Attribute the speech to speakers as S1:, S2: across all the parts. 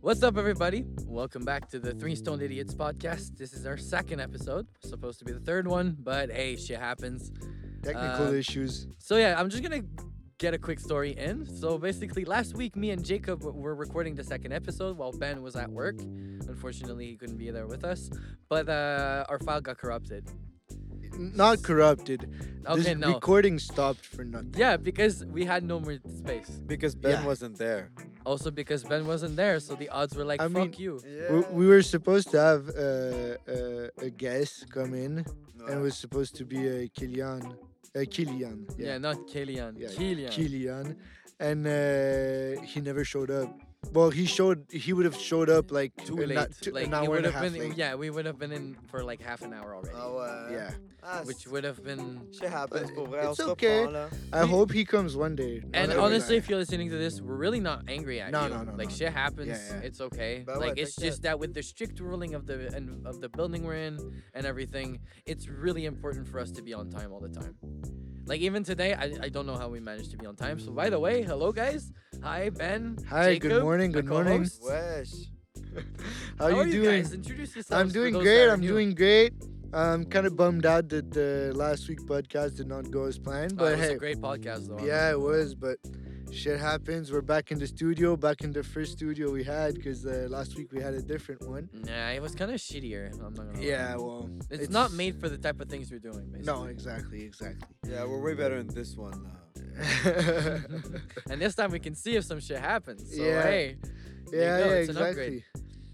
S1: What's up, everybody? Welcome back to the Three Stoned Idiots podcast. This is our second episode, supposed to be the third one, but hey, shit happens.
S2: Technical
S1: Uh,
S2: issues.
S1: So yeah, I'm just gonna get a quick story in. So basically, last week, me and Jacob w- were recording the second episode while Ben was at work. Unfortunately, he couldn't be there with us, but uh, our file got corrupted.
S2: Not corrupted.
S1: Okay,
S2: this
S1: no.
S2: recording stopped for nothing.
S1: yeah, because we had no more space.
S3: Because Ben
S2: Yeah.
S3: wasn't there.
S1: Also, because Ben wasn't there, so the odds were like,
S2: I
S1: fuck
S2: mean-
S1: you.
S2: We, we were supposed to have uh, uh, a guest come in, and it was supposed to be a Kilian. A Kilian.
S1: Yeah,
S2: Yeah.
S1: not Killian.
S2: Yeah, yeah.
S1: Killian.
S2: Kilian. And uh, he never showed up. Well, he showed. He would have showed up like
S1: too
S2: an,
S1: late.
S2: Uh, not- to-
S1: like
S2: an
S1: it
S2: hour
S1: would
S2: and a
S1: have
S2: half
S1: been
S2: late. Oh,
S1: yeah, we would have been in for like half an hour already.
S3: Ah ouais.
S2: Yeah.
S3: Ah,
S1: Which
S3: c'est-
S1: would have been
S3: Shit happens, pour vrai,
S2: It's
S3: on se
S2: okay.
S3: reprend, là.
S2: I
S1: We-
S2: hope he comes one day. not
S1: And
S2: every
S1: honestly,
S2: night.
S1: if you're listening to this, we're really not angry at
S2: No,
S1: you.
S2: no, no,
S1: like
S2: no.
S1: shit happens.
S2: yeah.
S1: It's okay.
S3: Bah ouais,
S1: like it's
S3: t'inquiète.
S1: just that with the strict ruling of the and of the building we're in and everything, it's really important for us to be on time all the time. Like even today, I, I don't know how we managed to be on time. So by the way, hello guys. Hi Ben.
S2: Hi,
S1: Jacob,
S2: good morning,
S1: my
S2: good morning.
S1: co-hosts.
S3: Wesh.
S2: how,
S1: How
S2: you
S1: are you
S2: doing?
S1: guys? Introduce yourselves.
S2: I'm
S1: for
S2: doing
S1: those
S2: great.
S1: that are
S2: I'm
S1: new.
S2: doing great. I'm kind of bummed out that the last week podcast did not go as planned,
S1: Oh, it
S2: but
S1: was
S2: hey,
S1: a great podcast though. I'm
S2: yeah, it was. But shit happens. We're back in the studio, back in the first studio we had, because uh, last week we had a different one.
S1: Nah, it was kind of shittier. I'm not gonna. lie.
S2: Yeah, well,
S1: it's, not
S2: it's-
S1: made for the type of things you're doing. Basically.
S2: no, exactly, exactly.
S3: Yeah, we're way better in this one uh. now.
S1: and this time we can see if some shit happens. So,
S2: Yeah.
S1: hey.
S2: yeah,
S1: there you
S2: yeah,
S1: go, it's an upgrade.
S2: exactly.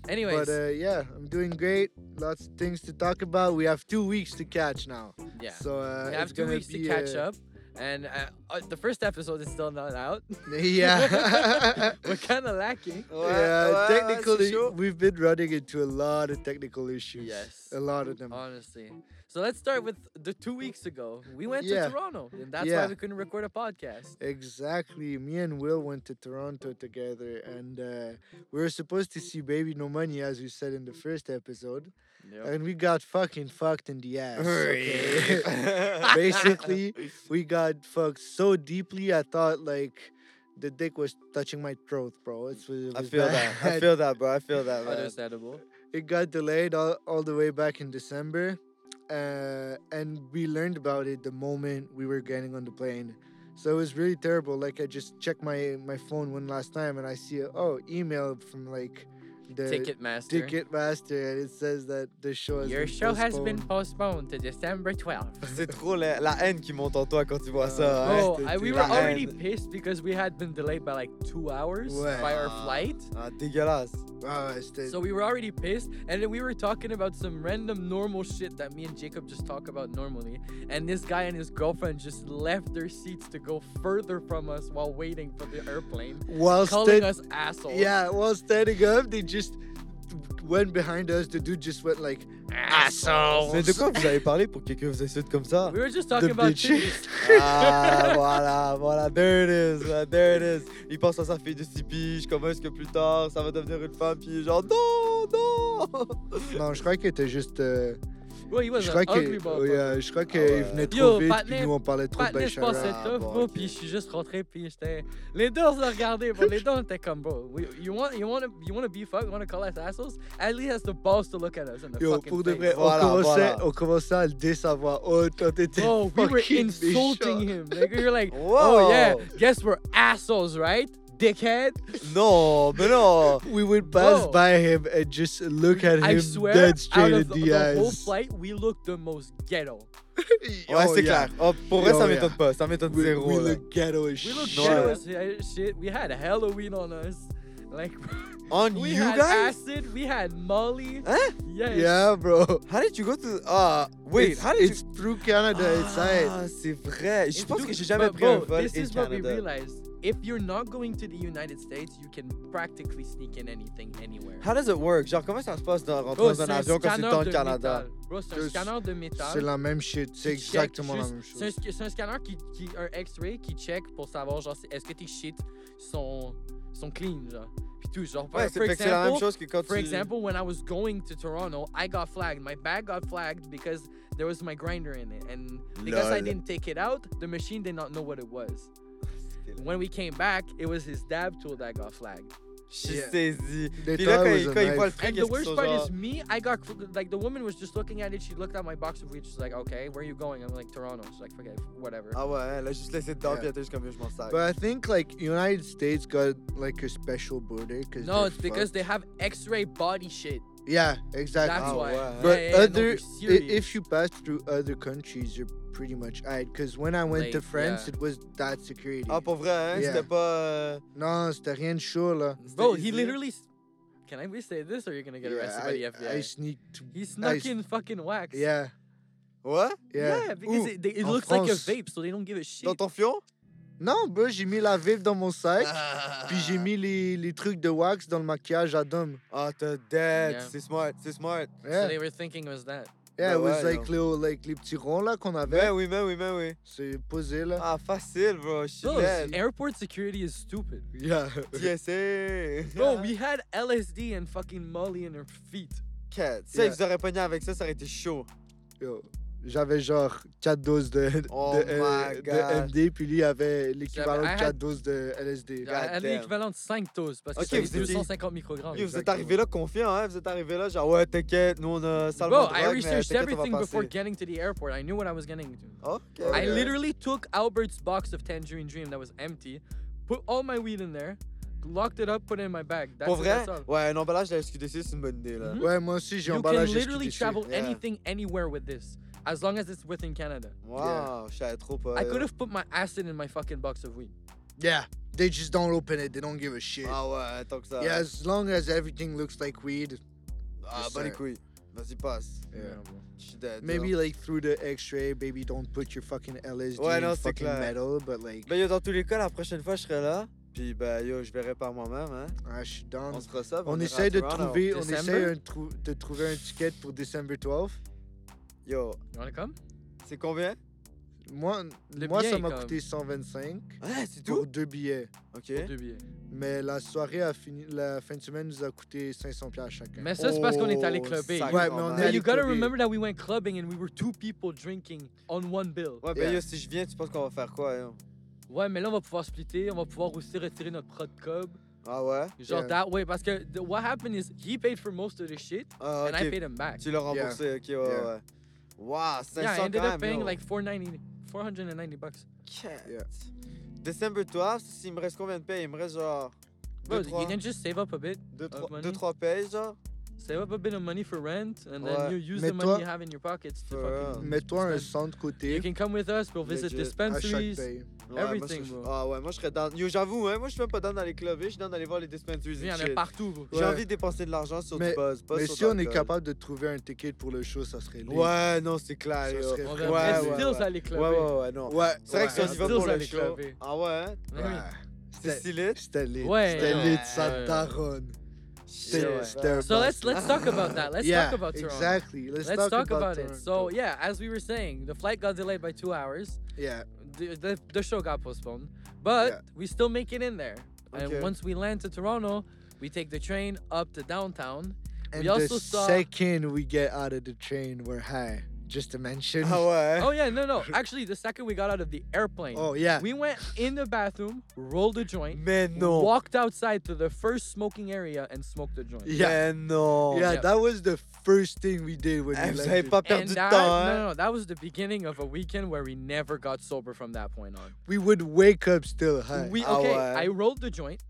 S1: Anyways,
S2: But uh, yeah, I'm doing great. Lots of things to talk about. We have two weeks to catch now.
S1: yeah,
S2: So uh,
S1: we have
S2: it's
S1: two
S2: gonna
S1: weeks to
S2: be,
S1: catch
S2: uh,
S1: up, and uh, uh, the first episode is still not out.
S2: Yeah.
S1: we're kind of lacking.
S3: Ouais,
S2: yeah,
S3: ouais, ouais,
S2: technical.
S3: c'est
S2: i-
S3: chaud.
S2: we've been running into a lot of technical issues.
S1: Yes.
S2: a lot of them.
S1: Honestly, so let's start with the two weeks ago. We went
S2: Yeah.
S1: to Toronto, and that's why
S2: Yeah.
S1: we couldn't record a podcast.
S2: Exactly. Me and Will went to Toronto together, and uh, we were supposed to see Baby No Money, as we said in the first episode, and we got fucking fucked in the ass. okay? Basically, we got fucked so deeply. I thought like the dick was touching my throat, bro. It's, it
S3: I
S2: was
S3: feel that.
S2: bad.
S3: I feel that, bro. I feel that,
S2: uh,
S3: man.
S1: Understandable.
S2: it got delayed all, all the way back in December. Uh, and we learned about it the moment we were getting on the plane. So it was really terrible. Like I just checked my my phone one last time and I see a, oh email from like the
S1: Ticketmaster.
S2: Ticketmaster and it says that the show has
S1: Your
S2: been
S1: show has been
S2: postponed.
S1: postponed to December 12th.
S3: C'est trop la, la haine qui monte en toi quand tu vois ça. hein.
S2: Ouais,
S1: Bro,
S2: Ah. c'était
S1: I, we
S2: dur.
S1: were
S3: La
S1: already
S3: haine.
S1: pissed because we had been delayed by like two hours
S2: Ouais.
S1: by our
S3: Ah.
S1: flight.
S3: hein. Ah, dégueulasse.
S2: Ah, it's the-
S1: So we were already pissed, and then we were talking about some random normal shit that me and Jacob just talk about normally. And this guy and his girlfriend just left their seats to go further from us while waiting for the airplane,
S2: whilst
S1: calling
S2: stand-
S1: us assholes.
S2: yeah, while standing up, they just went behind us. The dude just went like
S1: Oh,
S2: assholes.
S3: Mais de quoi vous avez parlé pour que quelqu'un vous insulte comme ça
S1: we were just talking about
S2: bitch.
S1: titties.
S3: Ah, voilà, voilà, there it is, voilà, there it is. Il pense à sa fille de 6 piges, comment est-ce que plus tard ça va devenir une femme, puis genre non, non.
S2: Non, je crois qu'il était juste. euh,
S1: Well, he was
S2: Je
S1: an
S2: crois
S1: bah, ugly
S2: que,
S1: motherfucker.
S2: oui, euh, je crois qu'il
S3: Ah ouais.
S2: venait trop
S1: Yo,
S2: vite,
S1: Patnais-
S2: puis nous on parlait trop de
S1: Patnais, je
S2: Bachara.
S1: passais
S3: Ah,
S1: tough,
S3: bon,
S1: bro,
S3: ok.
S1: puis je suis juste rentré, puis j'étais... Les deux, on se regardait, bro. Les deux, on était comme, bro, we- you want, you want, to, you want to be fucked, you want to call us assholes? At least has the balls to look at us in the
S2: Yo,
S1: fucking
S2: pour de
S1: face.
S2: vrai,
S3: Voilà,
S2: on, commençait,
S3: voilà.
S2: on commençait à le décevoir. Oh, toi, t'étais
S1: Bro, we were
S2: fucking
S1: insulting
S2: méchant.
S1: him. Like, we were like,
S3: Wow.
S1: oh, yeah, guess we're assholes, right? Dickhead.
S3: Non, mais non.
S2: We would pass
S1: Bro.
S2: by him and just look at him
S1: Oh. I swear,
S2: dead
S1: out
S2: straight in
S1: of the,
S2: the,
S1: the
S2: eyes.
S1: whole flight, we looked the most ghetto.
S2: Oh,
S3: Ouais, c'est
S2: yeah.
S3: clair. Oh, pour vrai,
S2: Yo,
S3: ça
S2: yeah.
S3: m'étonne pas, ça m'étonne
S2: We,
S3: zéro.
S2: we
S3: là.
S2: look ghetto as
S1: We looked
S2: shit.
S1: ghetto
S3: Ouais.
S1: as he- shit. We had Halloween on us. Like,
S3: On
S1: we
S3: you
S1: had
S3: guys?
S1: acid, we had Molly.
S3: Hein?
S1: Yes.
S2: Yeah, bro.
S3: How did you go to. Ah, wait,
S2: it's,
S3: how did
S2: it's
S3: you.
S2: through Canada, it's
S3: Ah, c'est vrai. Je
S1: It's
S3: pense
S1: do-
S3: que j'ai jamais
S1: but
S3: pris un
S1: bro,
S3: vol
S1: This
S3: in
S1: is what we
S3: Canada.
S1: realized. If you're not going to the United States, you can practically sneak in anything anywhere.
S3: How does it work? Genre, comment ça se passe dans rentrer
S1: Bro,
S3: dans un
S1: c'est un
S3: avion quand tu es
S1: scanner
S3: dans le
S1: de
S3: Canada?
S1: métal. Bro, c'est un
S2: Je-
S1: scanner de
S2: C'est
S1: métal.
S2: la même shit. C'est
S1: qui check
S2: exactement la
S1: juste-
S2: même
S1: C'est un,
S2: chose.
S1: sc- c'est un scanner qui, qui un X-ray qui check pour savoir genre c'est- est-ce que tes shit sont sont clean genre. Puis tout genre. par-
S3: Ouais, c'est
S1: for
S3: fait que c'est la même
S1: example,
S3: chose que quand
S1: For
S3: tu.
S1: example, when I was going to Toronto, I got flagged. My bag got flagged because there was my grinder in it, and because I
S3: Lol.
S1: didn't take it out, the machine did not know what it was. When we came back, it was his dab tool that got flagged.
S3: Je suis
S2: Yeah.
S3: saisi.
S2: They
S3: Puis là,
S2: thought
S3: quand,
S2: it
S3: il-
S2: was a
S3: quand il voit le
S2: knife.
S3: truc,
S1: And
S3: est-ce
S1: the
S3: qu'ils
S1: worst
S3: sont
S1: part
S3: genre-
S1: is me. I got cr- like the woman was just looking at it. She looked at my box of weed. She's like, "Okay, where are you going?" I'm like, "Toronto." She's like, "Forget, it, whatever."
S2: Oh,
S3: Ah ouais, elle a juste laissé dedans,
S2: Yeah.
S3: puis elle était juste comme, Yo, je m'en sers.
S2: But I think like United States got like a special border because
S1: no, it's because they have X-ray body shit.
S2: yeah exactly.
S1: That's
S3: Ah,
S1: why.
S3: wow.
S1: Yeah,
S2: Oh, But
S1: yeah, yeah, no,
S2: other-
S1: we're
S2: I-
S1: serious.
S2: if you pass through other countries, you're pretty much alright. Because when I went to
S1: Like,
S2: France,
S1: yeah.
S2: it was that security.
S3: Ah, pour vrai, hein?
S2: Yeah.
S3: C'était pas. euh,
S2: Non, c'était rien de chaud là.
S3: c'était
S1: bro, he
S3: easy.
S1: literally. s- Can I be say this, or you're gonna get
S2: Yeah,
S1: arrested
S2: I,
S1: by the FBI?
S2: I sneaked.
S1: he snuck
S2: I-
S1: in fucking wax.
S2: Yeah,
S3: Ouais?
S2: yeah.
S1: because
S3: Ooh,
S1: it, they, it
S2: en
S1: looks like a
S2: France.
S1: vape, so they don't give a shit.
S3: Dans ton fion?
S2: Non, bro, j'ai mis la vape dans mon sac.
S3: Ah.
S2: Puis j'ai mis les, les trucs de wax dans le maquillage à Dom.
S3: Ah, t'es dead.
S1: Yeah.
S3: C'est smart, c'est smart.
S1: So
S2: Yeah,
S1: they were thinking it was that.
S2: yeah, it
S3: Bah
S2: was
S3: ouais,
S2: like, les, like les petits ronds là qu'on avait.
S3: Ben oui, ben oui, ben oui.
S2: C'est posé là.
S3: Ah, facile, bro. Je suis
S1: Bro,
S3: dead.
S1: airport security is stupid.
S2: Yeah.
S3: TSA.
S1: Bro, we had LSD and fucking Molly in her feet.
S3: Cat. Ça,
S2: Yeah.
S3: ils auraient pogné avec ça, ça aurait été chaud.
S2: Yo, J'avais genre 4 doses de, de,
S3: Oh
S2: euh,
S3: my
S2: de
S3: God.
S2: MD, puis lui il avait l'équivalent de
S1: J'avais- I
S2: 4
S1: had-
S2: doses de LSD.
S3: Yeah.
S1: Elle est équivalente 5 doses parce que
S3: Ok,
S1: c'est
S3: vous étiez-
S1: 250 microgrammes.
S3: Yo, vous êtes
S2: Exactement.
S3: arrivés là confiants, hein? Vous êtes arrivés là, genre, ouais, t'inquiète, nous on a salement
S1: Bro,
S3: de
S1: I
S3: drogue, mais
S1: researched
S3: t'inquiète, on
S1: everything
S3: va
S1: before
S3: passer.
S1: getting to the airport. I knew what I was getting into.
S3: Ok.
S2: Oh,
S1: I
S2: yeah.
S1: literally took Albert's box of Tangerine Dream that was empty, put all my weed in there, locked it up, put it in my bag. That's,
S3: Pour vrai,
S1: that's all.
S3: ouais, ben un emballage de la SQDC, c'est une bonne idée, là.
S1: Mhm.
S2: Ouais, moi aussi j'ai
S1: You can
S2: emballagé ce que
S1: literally
S2: j'ai
S1: travel
S3: yeah.
S1: anything anywhere with this, as long as it's within Canada.
S3: Wow, je savais trop pas.
S2: Ah,
S1: I
S3: là.
S1: could have put my acid in my fucking box of weed.
S2: Yeah, they just don't open it, they don't give a shit.
S3: Ah ouais, tant que ça.
S2: Yeah, as long as everything looks like weed.
S3: Ah,
S2: Yes,
S3: bah les
S2: sir.
S3: couilles. Vas-y, passe.
S2: Yeah.
S3: Je suis dead. hein.
S2: Maybe
S3: yo.
S2: like through the x-ray, baby, don't put your fucking LSD
S3: Ouais,
S2: in
S3: non, c'est
S2: fucking
S3: clair.
S2: metal, but like,
S3: Ben yo, dans tous les cas, la prochaine fois, je serai là. Puis ben yo, je verrai par moi-même, hein.
S2: ah, je suis down.
S3: On se reçoit. puis
S2: On
S3: ira à
S2: essaye de
S3: Toronto.
S2: trouver, on
S1: December?
S2: essaye un trou- de trouver un ticket pour December 12.
S3: Yo,
S1: You wanna come?
S3: c'est combien
S2: Moi,
S1: Le
S2: moi
S1: billet
S2: ça
S1: est
S2: m'a
S1: comme-
S2: coûté 125
S3: Ah, c'est
S2: pour
S3: tout
S2: deux billets.
S3: Ok.
S1: Deux billets.
S2: Mais la soirée a fini, la fin de semaine nous a coûté 500 pièces chacun.
S1: Mais ça, c'est parce qu'on est allé
S3: Oh,
S1: clubber.
S3: sacré
S2: Ouais, mais on
S3: bordel.
S2: est
S1: But
S2: allé-
S1: you gotta
S2: clubber.
S1: remember that we went clubbing and we were two people drinking on one bill.
S3: Ouais, ben
S2: Yeah.
S3: yo, si je viens, tu penses qu'on va faire quoi, yo
S1: Ouais, mais là, on va pouvoir splitter, on va pouvoir aussi retirer notre prod cob.
S3: Ah ouais
S1: Genre,
S2: Yeah.
S1: that way, parce que the- what happened is he paid for most of the shit
S3: Ah,
S1: and I
S3: ok.
S1: paid him back.
S3: Tu l'as remboursé, ok, ouais,
S2: Yeah.
S3: ouais. Wow, 500
S1: Yeah, I ended
S3: quand
S1: up
S3: même,
S1: paying
S3: yo.
S1: like 490, 490 bucks.
S3: Cat.
S2: Yeah.
S3: December 12, s'il me reste combien de payes Il me reste genre.
S1: Bro,
S3: 2-3
S1: you can just save up a bit. of money.
S3: payes, genre.
S1: Save up a bit of money for rent and then
S3: Ouais.
S1: you use
S2: Mais
S1: the money
S2: toi-
S1: you have in your pockets to
S3: For
S1: fucking.
S3: real.
S2: Mets-toi un
S1: spend.
S2: sang de
S1: You
S2: côté
S1: can come with us, we'll visit
S3: Legit.
S2: à chaque
S1: dispensaries.
S2: paye.
S3: Ouais, moi,
S1: Everything,
S3: je-
S1: bro.
S3: Ah ouais, moi je serais down. Yo, j'avoue, hein, moi je suis même pas down d'aller clubber, je suis down d'aller voir les dispensaries.
S1: Il
S3: et
S1: y en a
S3: shit.
S1: partout, bro.
S3: J'ai
S2: Ouais.
S3: envie de dépenser de l'argent sur
S2: Mais-
S3: du buzz, pas
S2: Mais
S3: sur
S2: si on est
S3: l'alcool.
S2: capable de trouver un ticket pour le show, ça serait lit.
S3: Ouais, non, c'est clair.
S2: Ça
S3: yo.
S2: serait
S1: On
S2: Ouais,
S1: devrait
S3: ouais,
S1: still
S3: ouais.
S1: aller
S3: Ouais,
S1: clubber.
S3: ouais, ouais, non.
S2: Ouais.
S3: C'est vrai que si on
S1: ouais.
S3: y va
S1: Stills
S3: pour le
S1: aller
S3: show.
S1: clubber.
S3: Ah ouais, hein?
S1: Ouais.
S2: Ouais.
S3: c'est si lit.
S2: C'était lit.
S1: Ouais.
S2: C'était lit, ça
S1: Ouais.
S2: taronne.
S3: Yeah,
S2: C'était
S3: ouais.
S2: c'était un
S1: So let's
S2: bust.
S1: let's talk about that. Let's
S2: yeah,
S1: talk about Toronto.
S2: Exactly. Let's,
S1: Let's talk, about, it. So
S2: Toronto.
S1: yeah, as we were saying, the flight got delayed by two hours.
S2: yeah.
S1: The, the, the show got postponed, but
S2: Yeah.
S1: we still make it in there.
S3: Okay.
S1: And once we land to Toronto, we take the train up to downtown.
S2: And
S1: We also
S2: the
S1: saw-
S2: second we get out of the train, we're high. Just to mention.
S3: Ah ouais.
S1: Oh yeah, no no. Actually, the second we got out of the airplane,
S2: Oh, yeah.
S1: we went in the bathroom, rolled a joint,
S3: Mais non.
S1: walked outside to the first smoking area, and smoked a joint.
S2: Yeah.
S3: Mais non.
S2: Yeah,
S1: Yeah.
S2: that was the first thing we did when
S3: Eh,
S2: we
S3: Vous avez
S2: landed.
S3: pas
S1: And
S3: perdu de
S1: that,
S3: temps,
S1: no,
S3: hein?
S1: no, no, that was the beginning of a weekend where we never got sober from that point on.
S2: We would wake up still high.
S1: We
S3: Ah
S1: okay.
S2: uh,
S3: ouais.
S1: I rolled the joint.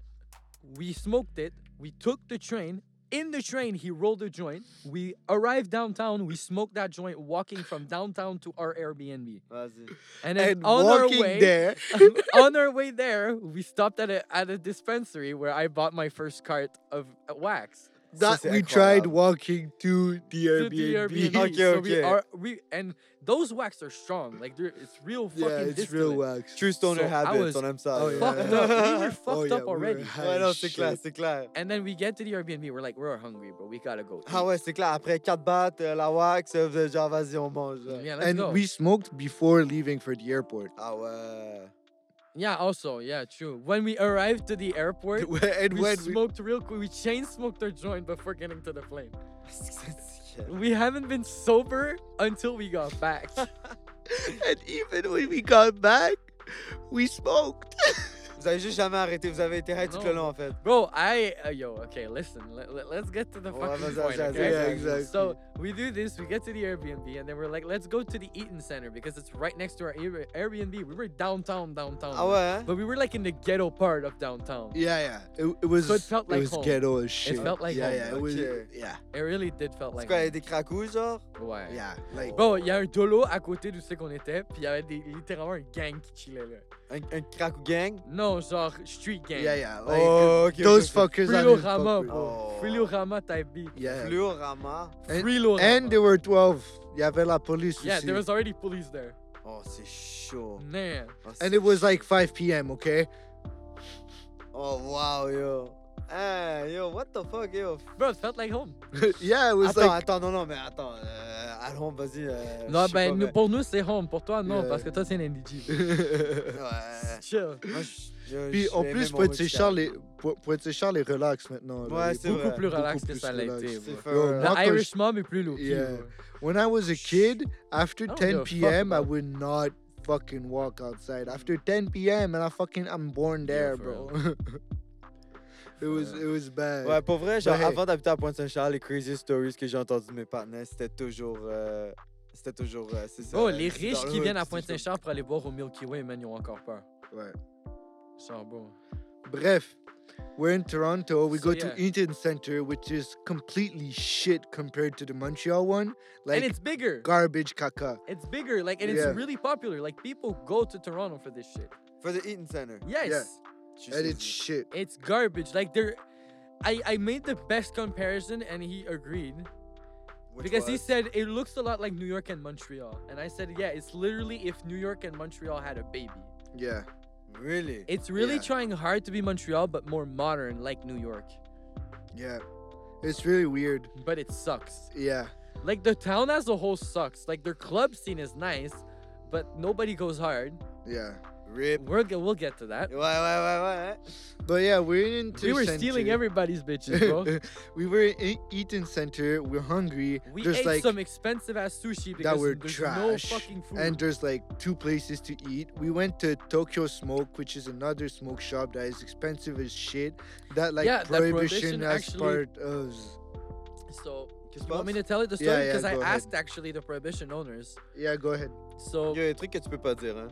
S1: We smoked it. We took the train. In the train, he rolled the joint. We arrived downtown. We smoked that joint, walking from downtown to our Airbnb.
S3: Vas-y.
S1: And then
S2: and
S1: on our
S2: walking
S1: way,
S2: there,
S1: on our way there, we stopped at a at a dispensary where I bought my first cart of uh, wax.
S3: Ça,
S2: that
S3: c'est
S2: we tried
S3: incroyable.
S2: walking to the
S1: To
S2: Airbnb.
S1: the Airbnb.
S3: Okay,
S1: so we
S3: okay.
S1: are we and those wax are strong. Like they're, it's real fucking.
S2: yeah, it's
S1: distillate.
S2: real wax.
S3: True stoner
S1: So, I
S3: habits,
S1: was
S3: on aime ça.
S2: Oh,
S3: yo.
S2: yeah.
S1: Fucked up. We were fucked
S2: oh, yeah,
S1: up
S2: we were
S1: already.
S2: high
S3: Ouais,
S2: as
S3: non, c'est
S2: shit.
S3: clair, c'est clair.
S1: And then we get to the Airbnb. We're like, we're hungry, bro. We gotta go.
S3: Ah
S1: eat."
S3: ouais, c'est clair. Après 4 battes, euh, la wax, euh, vous êtes genre vas-y, on mange. là.
S1: Yeah, let's
S2: And
S1: go.
S2: we smoked before leaving for the airport.
S3: Ah ouais.
S1: Yeah, also, yeah, true. When we arrived to the airport,
S2: and
S1: we
S2: when we,
S1: smoked real quick. We chain smoked our joint before getting to the plane.
S3: Ah, C'est- c'est-
S1: We haven't been sober until we got back.
S2: and even when we got back, we smoked.
S3: Vous avez juste jamais arrêté, vous avez été high tout le long en fait.
S1: Bro, I uh, yo, okay, listen. Let, let, let's get to the
S3: Well,
S1: fucking
S3: that's-
S1: point.
S3: that's-
S1: okay?
S3: yeah,
S2: exactly.
S1: So we do this. We get to the Airbnb, and then we're like, let's go to the Eaton Center because it's right next to our Air- Airbnb. We were downtown, downtown.
S3: Ah ouais, hein?
S1: But we were like in the ghetto part of downtown.
S2: Yeah, yeah. It, it was
S1: So it felt like
S2: it was
S1: home.
S2: ghetto as shit.
S1: felt like
S2: yeah,
S1: home.
S2: yeah. It was
S3: Okay.
S2: yeah,
S1: It really did felt like.
S3: C'est quoi, il y a
S1: home.
S3: des cracous genre?
S1: Ouais.
S2: yeah. Like
S1: Bon, il y a un dolo à côté d'où c'est qu'on était, puis il y avait des, littéralement un gang qui chillait là.
S3: Un, un cracou gang?
S1: Non, genre street gang.
S2: yeah, yeah. Like
S3: Oh, ok.
S2: those
S3: ok, ok.
S2: fuckers. I
S1: Fluorama,
S2: didn't fuck with.
S1: bro.
S3: Oh.
S1: Freelorama type beat.
S2: Yeah.
S3: Fluorama.
S2: And-
S1: Freelorama.
S2: And they were 12. Il y avait la police
S1: Yeah,
S2: aussi.
S1: there was already police there.
S3: Oh, c'est chaud.
S1: Man.
S3: Oh, c'est
S2: And it was
S3: chaud.
S2: like 5 p.m., okay?
S3: Oh, wow, yo. Hey, yo, what the fuck, yo?
S1: Bro, it felt like home.
S2: yeah, it was
S3: Attends,
S2: like.
S3: attends, non, non, mais attends. Euh, allons, vas-y. euh,
S1: Non,
S3: je sais
S1: ben
S3: pas,
S1: nous-
S3: mais-
S1: pour nous c'est home, pour toi non,
S2: Yeah.
S1: parce que toi c'est un NDG.
S3: Ouais.
S1: Chill.
S3: Moi, je- je-
S2: Puis
S3: je
S2: en
S3: vais
S2: plus,
S3: même
S2: Pointe
S3: modifier.
S2: Saint-Charles est, Po- Pointe Saint-Charles est relax maintenant. là.
S3: Ouais,
S2: Il est
S3: c'est
S2: beaucoup
S3: vrai.
S1: Plus relax
S2: beaucoup
S1: que ça l'a
S2: plus
S1: été.
S2: relax.
S1: bro.
S3: C'est hein.
S2: Yo,
S3: fair.
S2: moi,
S1: The
S2: quand je-
S1: Irish mom est plus lourd.
S2: Yeah. When I was a kid, after
S1: don't
S2: 10
S1: give a fuck
S2: p.m., I
S1: about-
S2: would not fucking walk outside. After 10 p.m., and I fucking I'm born
S1: Yeah,
S2: there,
S1: for
S2: bro. it was it was bad.
S3: Ouais, pour vrai, genre,
S2: Ouais.
S3: avant d'habiter à Pointe-Saint-Charles, les crazy stories que j'ai entendues de mes partenaires, c'était toujours. euh, c'était toujours. euh, c'est ça,
S1: Oh,
S3: euh,
S1: les
S3: c'est
S1: riches
S3: dans le
S1: qui
S3: hood,
S1: viennent à
S3: c'est toujours-
S1: Pointe-Saint-Charles pour aller boire au Milky Way, man, ils ont encore peur.
S2: Ouais.
S1: Genre, bro.
S2: Bref, we're in Toronto. We
S1: So,
S2: go
S1: yeah.
S2: to Eaton Center, which is completely shit compared to the Montreal one.
S1: and
S2: Like
S1: it's bigger.
S2: garbage, caca.
S1: It's bigger, like, and it's
S2: Yeah.
S1: really popular. Like, people go to Toronto for this shit.
S3: For the Eaton Center.
S1: Yes,
S3: Tu
S2: And
S3: sais,
S2: it's shit.
S1: it's garbage. Like, there, I I made the best comparison, and he agreed
S3: which
S1: because he
S3: was-
S1: said it looks a lot like New York and Montreal, and I said, yeah, it's literally if New York and Montreal had a baby.
S2: Yeah.
S3: Really?
S1: It's really
S2: Yeah.
S1: trying hard to be Montreal, but more modern, like New York.
S2: Yeah. It's really weird.
S1: But it sucks.
S2: Yeah.
S1: Like the town as a whole sucks. Like their club scene is nice, but nobody goes hard.
S2: Yeah.
S3: Rip.
S1: We're g- we'll get to that.
S3: Ouais, ouais, ouais, ouais. hein.
S2: But yeah, we're in Eaton
S1: We were stealing
S2: Center.
S1: everybody's bitches, bro.
S2: we were in Eaton Center. We're hungry.
S1: We
S2: there's
S1: ate
S2: like
S1: some expensive ass sushi because
S2: were
S1: there's
S2: trash
S1: no fucking food.
S2: and there's like two places to eat. We went to Tokyo Smoke, which is another smoke shop that is expensive as shit. That like
S1: Yeah, that
S2: prohibition
S1: prohibition
S2: as
S1: actually-
S2: part of
S1: so,
S3: Qu'est-ce
S1: you want me to
S3: passe?
S1: tell it the
S2: Yeah,
S1: story?
S2: yeah,
S1: Because
S2: go
S1: I
S2: ahead.
S1: asked actually the prohibition owners.
S2: yeah. Go ahead.
S1: So
S3: Il y a des trucs que tu peux pas dire, hein.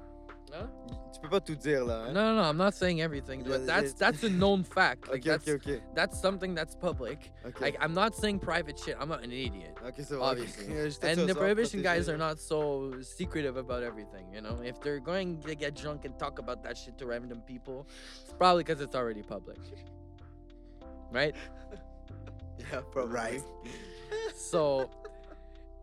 S1: Hein?
S3: Tu peux pas tout dire,
S1: no,
S3: là. Hein?
S1: no, no, I'm not saying everything,
S3: Yeah,
S1: but that's
S3: yeah.
S1: that's a known fact. Like
S3: ok,
S1: that's
S3: ok, ok.
S1: that's something that's public.
S3: Ok,
S1: Like I'm not saying private shit. I'm not an idiot.
S3: Ok, c'est bon. ok.
S1: obviously.
S3: J'étais sûr,
S1: And
S3: ça
S1: the
S3: va
S1: prohibition guys
S3: protéger.
S1: are not so secretive about everything, you know. If they're going to get drunk and talk about that shit to random people, it's probably because it's already public, right?
S3: Yeah, probably.
S2: Right.
S1: So,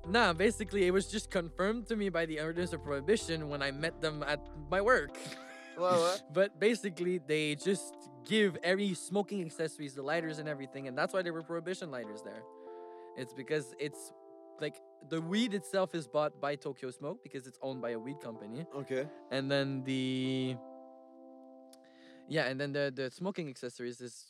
S1: nah, basically, it was just confirmed to me by the owners of Prohibition when I met them at my work.
S3: Ouais, ouais.
S1: But basically, they just give every smoking accessories, the lighters and everything, and that's why there were Prohibition lighters there. It's because it's like the weed itself is bought by Tokyo Smoke because it's owned by a weed company,
S3: Ok.
S1: and then the yeah, and then the the smoking accessories is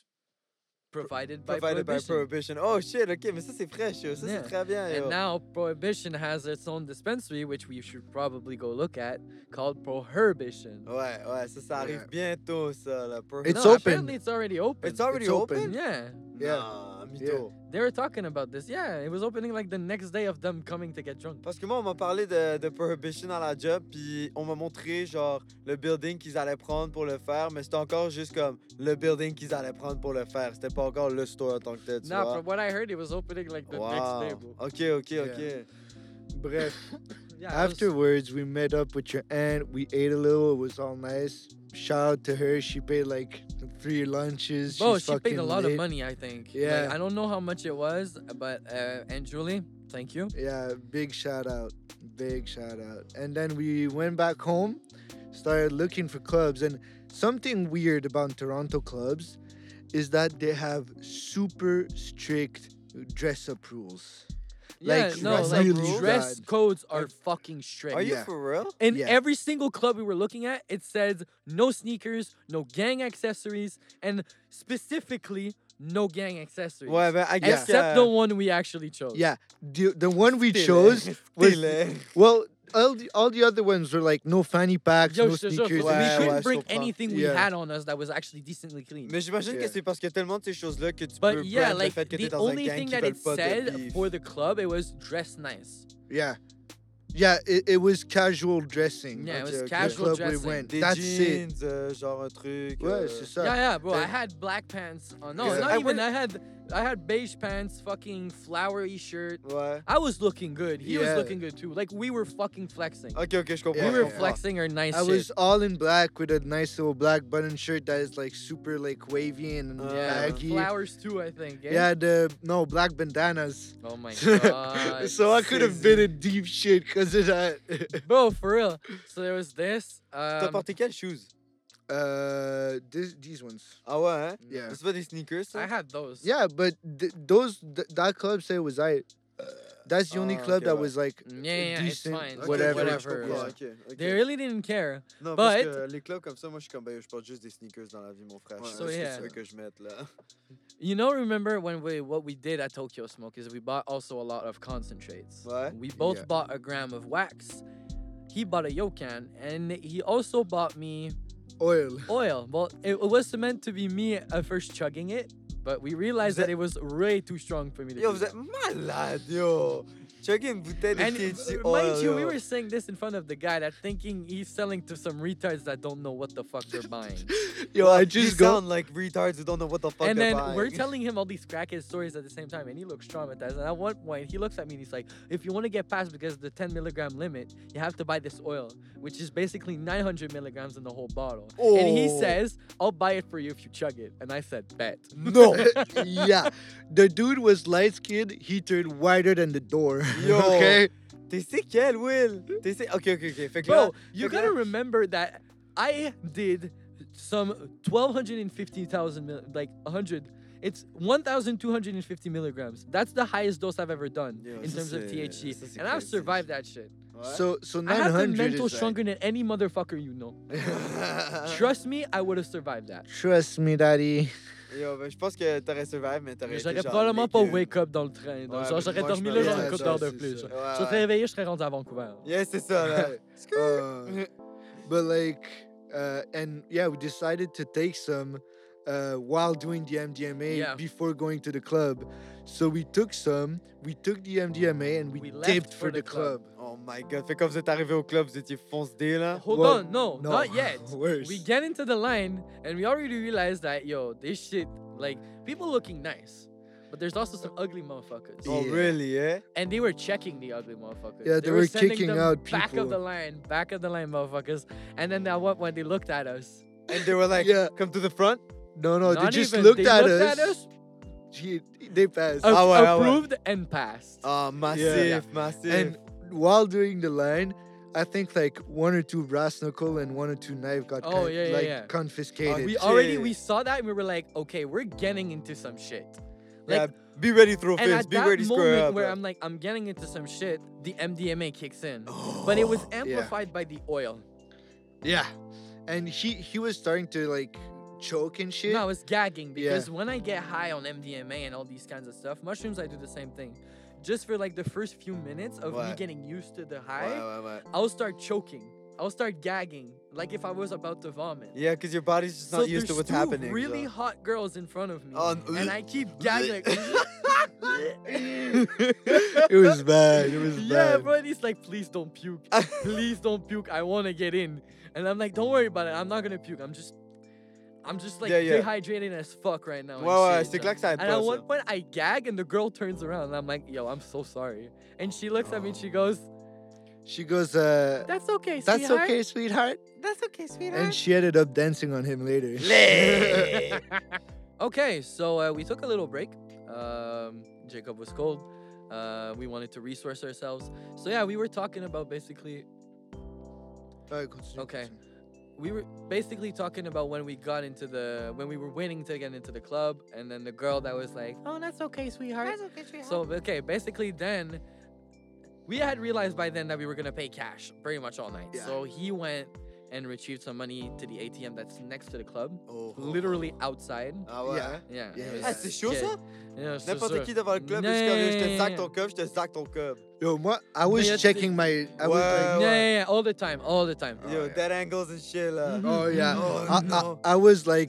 S1: provided by
S3: Provided by
S1: Prohibition.
S3: prohibition. Oh shit, ok, mais ça c'est fresh, yo. Ça
S1: Yeah.
S3: c'est très bien, yo.
S1: And now Prohibition has its own dispensary, which we should probably go look at, called Prohibition.
S3: Ouais, ouais, ça, ça arrive
S2: Yeah.
S3: bientôt, ça, la prohibition.
S2: It's
S1: no,
S2: open.
S1: Apparently, it's already open.
S3: It's already
S2: It's open.
S3: open?
S1: yeah,
S2: Yeah.
S3: Nah, mytho.
S1: they were talking about this. Yeah, it was opening like the next day of them coming to get drunk.
S3: Parce que moi, on m'a parlé de, de Prohibition à la job, puis on m'a montré, genre, le building qu'ils allaient prendre pour le faire, mais c'était encore juste comme le building qu'ils allaient prendre pour le faire. C'était pas encore le store en tant que tel, tu
S1: Nah,
S3: vois.
S1: from what I heard, it was opening like the next day.
S3: Wow.
S1: Bro.
S3: Ok, ok, ok.
S2: Yeah. Bref.
S1: Yeah, it was-
S2: Afterwards, we met up with your aunt. We ate a little. It was all nice. Shout out to her. She paid like three lunches.
S1: Bro,
S2: She's
S1: she paid a
S2: fucking
S1: lot of
S2: lit.
S1: money, I think. Like,
S2: Yeah.
S1: I don't know how much it was, but uh, and Julie, thank you.
S2: Yeah, big shout out. Big shout out. And then we went back home, started looking for clubs. And something weird about Toronto clubs is that they have super strict dress up rules.
S1: Yeah,
S2: Like,
S1: no,
S3: dress
S1: like
S3: really
S1: dress
S2: bad.
S1: codes are
S3: Like,
S1: fucking strict.
S3: Are you
S2: Yeah.
S3: for real?
S1: In
S2: Yeah.
S1: every single club we were looking at, it says no sneakers, no gang accessories, and specifically no gang accessories.
S3: Ouais, ben, I guess
S1: Except the one we actually chose.
S2: Yeah, the, the one we
S3: Stylé,
S2: chose was
S3: stylé.
S2: well, all the, all the other ones were like no fanny packs,
S1: Yo,
S2: no
S1: je te jure,
S2: sneakers.
S1: so we
S3: Ouais,
S1: couldn't
S3: ouais, je
S1: bring
S3: comprends.
S1: anything we
S2: Yeah.
S1: had on us that was actually decently clean.
S3: Mais j'imagine
S2: Yeah.
S3: que c'est parce qu'il y a tellement de ces choses-là que tu peux
S1: But yeah,
S3: brand le
S1: like
S3: fait que t'es
S1: the
S3: dans un
S1: only
S3: gang
S1: thing
S3: qui
S1: that
S3: veulent
S1: it
S3: pas de
S1: said
S3: beef.
S1: for the club, it was dress nice.
S2: Yeah. Yeah, it, it was casual dressing.
S1: Yeah, it
S2: at
S1: was
S2: the- the
S1: casual
S2: club
S1: dressing.
S2: We went.
S3: Des
S2: That's it.
S3: jeans, euh, genre un truc.
S2: Ouais,
S3: euh,
S2: c'est ça.
S1: yeah, yeah, bro. I
S3: then-
S1: had black pants. On. No,
S2: Yeah.
S1: not
S3: I
S1: even.
S3: wear-
S1: I had I had beige pants, fucking flowery shirt.
S3: Ouais.
S1: I was looking good. He
S2: Yeah.
S1: was looking good too. Like we were fucking flexing.
S3: Ok, ok, je comprends.
S2: Yeah,
S1: we
S3: je
S1: were
S2: yeah.
S3: comprends.
S1: flexing our nice
S2: I
S1: shit.
S2: was all in black with a nice little black button shirt that is like super like wavy and
S3: Uh,
S1: yeah,
S2: baggy.
S1: flowers too. I think. eh?
S2: Yeah, the no black bandanas.
S1: Oh my god.
S2: so I could have been in deep shit because of that.
S1: Bro, for real. So there was this.
S3: T'as
S1: Um,
S3: porté quelles shoes
S2: uh, this, these ones.
S3: Ah ouais, hein
S1: Mm,
S2: Yeah.
S3: C'est pas des sneakers, ça
S1: I had those.
S2: Yeah, but th- those th- that club said was I.
S1: Uh,
S2: That's the only
S3: Ah,
S2: club
S3: okay,
S2: that
S3: ouais.
S2: was like
S1: Mm, oh, Yeah, yeah,
S2: decent,
S1: it's fine.
S2: okay,
S1: whatever.
S2: okay,
S3: je
S1: whatever.
S2: yeah.
S3: comprends, ok, ok.
S1: They really didn't care.
S3: Non, parce
S1: But-
S3: que les clubs comme ça, moi, je suis comme, ben, je porte juste des sneakers dans la vie, mon frère.
S2: Ouais,
S3: c'est
S1: so
S3: juste
S1: yeah.
S3: ça que je mette, là.
S1: You know, remember when we what we did at Tokyo Smoke is we bought also a lot of concentrates.
S3: Ouais.
S1: We both
S2: Yeah.
S1: bought a gram of wax. He bought a yokan, and he also bought me
S2: oil.
S1: oil. Well, it, it was meant to be me at first chugging it, but we realized
S3: Vous
S1: that it was way too strong for me to.
S3: Yo,
S1: do
S3: vous
S1: that.
S3: êtes malade, yo! Chugger une bouteille de
S1: And
S3: THC
S1: uh, mind
S3: oil,
S1: you,
S3: yo.
S1: we were saying this in front of the guy that thinking he's selling to some retards that don't know what the fuck they're buying.
S2: Yo, I
S3: You
S2: just go.
S3: sound like retards who don't know what the fuck
S1: and
S3: they're
S1: then
S3: buying.
S1: we're telling him all these crackhead stories at the same time, and he looks traumatized. And at one point, he looks at me and he's like, "If you want to get past because of the 10 milligram limit, you have to buy this oil, which is basically 900 milligrams in the whole bottle." And he
S3: Oh.
S1: says, "I'll buy it for you if you chug it." And I said, "Bet."
S3: No!
S2: yeah, the dude was light skinned. He turned wider than the door.
S3: Yo.
S2: okay.
S3: T'es séquelles, Will! T'es sé- Ok, ok, ok. Fait que là,
S1: Bro, you
S3: look at
S1: gotta
S3: that.
S1: remember that I did some 1,250,000 mil- like 100. It's 1,250 milligrams. That's the highest dose I've ever done
S3: Yo,
S1: in
S3: ça,
S1: terms of
S3: c'est-
S1: THC,
S3: ça, c'est
S1: and I've
S3: crazy.
S1: survived that shit.
S3: Ouais.
S2: So so
S1: I
S2: nine
S1: have the
S2: hundred.
S1: mental stronger than any motherfucker you know. Trust me, I would have survived that.
S2: Trust me, daddy.
S3: Yo, ben, je pense que t'aurais survive, mais t'aurais
S1: Mais
S3: été
S1: j'aurais
S3: genre
S1: probablement pas
S3: légume.
S1: wake up dans le train. Donc,
S3: Ouais,
S1: genre,
S3: mais
S1: j'aurais
S3: moi, je
S1: dormi
S3: me
S1: là, genre,
S2: réveille,
S1: une couple
S2: ça,
S1: d'heures de
S2: c'est
S1: plus.
S2: ça.
S1: genre.
S3: Ouais,
S1: Je serais
S3: ouais.
S1: réveillé, je serais rendu à Vancouver.
S3: Yeah, c'est ça, là.
S2: Uh, but like, uh, and yeah, we decided to take some uh, while doing the MDMA
S1: Yeah.
S2: before going to the club. So we took some. We took the MDMA and we,
S1: We left
S2: dipped
S1: for
S2: for
S1: the
S2: the
S1: club.
S2: club.
S3: Oh my god. Fait que quand vous êtes arrivé au club, vous étiez fonce dé là.
S1: Hold
S2: Well,
S1: on, no,
S2: no,
S1: not yet.
S2: Worse.
S1: We get into the line and we already realize that, yo, this shit, like, people looking nice. But there's also some ugly motherfuckers.
S3: Oh,
S2: Yeah.
S3: really, eh?
S1: And they were checking the ugly motherfuckers.
S2: Yeah, they were
S1: sending
S2: kicking
S1: them
S2: out
S1: Back of the
S2: people.
S1: line, back of the line, motherfuckers. And then that one, when they looked at us,
S3: And they were like,
S2: Yeah.
S3: come to the front.
S2: no, no, they
S1: not
S2: just
S1: even-
S2: looked,
S1: they
S2: at,
S1: looked
S2: us.
S1: at us.
S2: Gee, they passed.
S3: Oh, Ah ouais, ah ouais.
S1: approved and passed.
S2: Oh,
S3: Ah, massif,
S2: Yeah.
S3: massif.
S2: and while doing the line, I think like one or two brass knuckle and one or two knife got
S1: Oh,
S2: con-
S1: yeah, yeah,
S2: like
S1: yeah.
S2: confiscated.
S1: we
S3: Shit.
S1: already we saw that and we were like, okay, we're getting into some shit. Like,
S3: yeah, be ready to throw
S1: and
S3: fists.
S1: at
S3: Be
S1: that
S3: ready to
S1: moment
S3: square up.
S1: where
S3: là.
S1: I'm like, I'm getting into some shit, the MDMA kicks in, but it was
S2: Oh,
S1: amplified by the oil.
S2: yeah, and he he was starting to like choke and shit.
S1: No, I was gagging
S2: Yeah.
S1: because when I get high on MDMA and all these kinds of stuff, mushrooms, I do the same thing. Just for like the first few minutes of me
S3: Ouais.
S1: getting used to the
S3: Ouais,
S1: high,
S3: ouais, ouais.
S1: I'll start choking. I'll start gagging, like if I was about to vomit.
S3: Yeah, because your body's just
S1: so
S3: not used to
S1: there's
S3: what's
S1: two
S3: happening.
S1: really
S3: so.
S1: hot girls in front of me,
S3: Oh,
S1: and I keep gagging. like,
S2: it was bad. It was
S1: Yeah,
S2: bad.
S1: bro. And he's like, please don't puke. please don't puke. I want to get in. And I'm like, don't worry about it. I'm not gonna puke. I'm just, I'm just like
S3: Yeah, yeah.
S1: dehydrated as fuck right now. and
S3: Ouais, ouais,
S1: shit,
S3: c'est
S1: so-
S3: clair que ça aide
S1: And at
S3: pas.
S1: one
S3: ça.
S1: point, I gag, and the girl turns around, and I'm like, yo, I'm so sorry. And she looks at me, and she goes,
S2: She goes, uh,
S1: that's okay,
S2: Oh. "That's
S1: sweetheart.
S2: okay, sweetheart,"
S1: That's okay,
S2: and
S1: sweetheart.
S2: she ended up dancing on him later.
S1: okay, so uh, we took a little break. Um, Jacob was cold. Uh, we wanted to resource ourselves. So yeah, we were talking about basically
S2: Alright, continue,
S1: Okay.
S2: continue.
S1: we were basically talking about when we got into the when we were waiting to get into the club and then the girl that was like oh that's okay sweetheart that's okay sweetheart so okay basically then we had realized by then that we were gonna pay cash pretty much all night
S2: Yeah.
S1: so he went and retrieved some money to the ATM that's next to the club,
S3: Oh, oh,
S1: literally outside.
S3: oh. Ah ouais.
S2: Yeah.
S3: hein?
S1: Yeah.
S2: Yeah,
S1: it was-
S3: Ah, c'est chaud ça?
S1: Yeah, c'est
S3: N'importe
S1: sûr.
S3: qui devant le club, je suis
S1: Yeah,
S3: comme,
S1: yeah,
S3: je te
S1: yeah,
S3: sac
S1: yeah.
S3: ton cob, je te sac ton cob.
S2: Yo, moi,
S1: Mais y
S2: I
S1: a-
S2: was checking my. I was
S3: Ouais.
S1: Yeah,
S2: like,
S1: yeah, yeah, all the time, all the time.
S2: Ah,
S3: Yo,
S2: yeah. Mm-hmm.
S3: dead angles and shit là.
S1: Mhm.
S2: oh yeah.
S3: Oh,
S2: I,
S3: no.
S2: I, I was like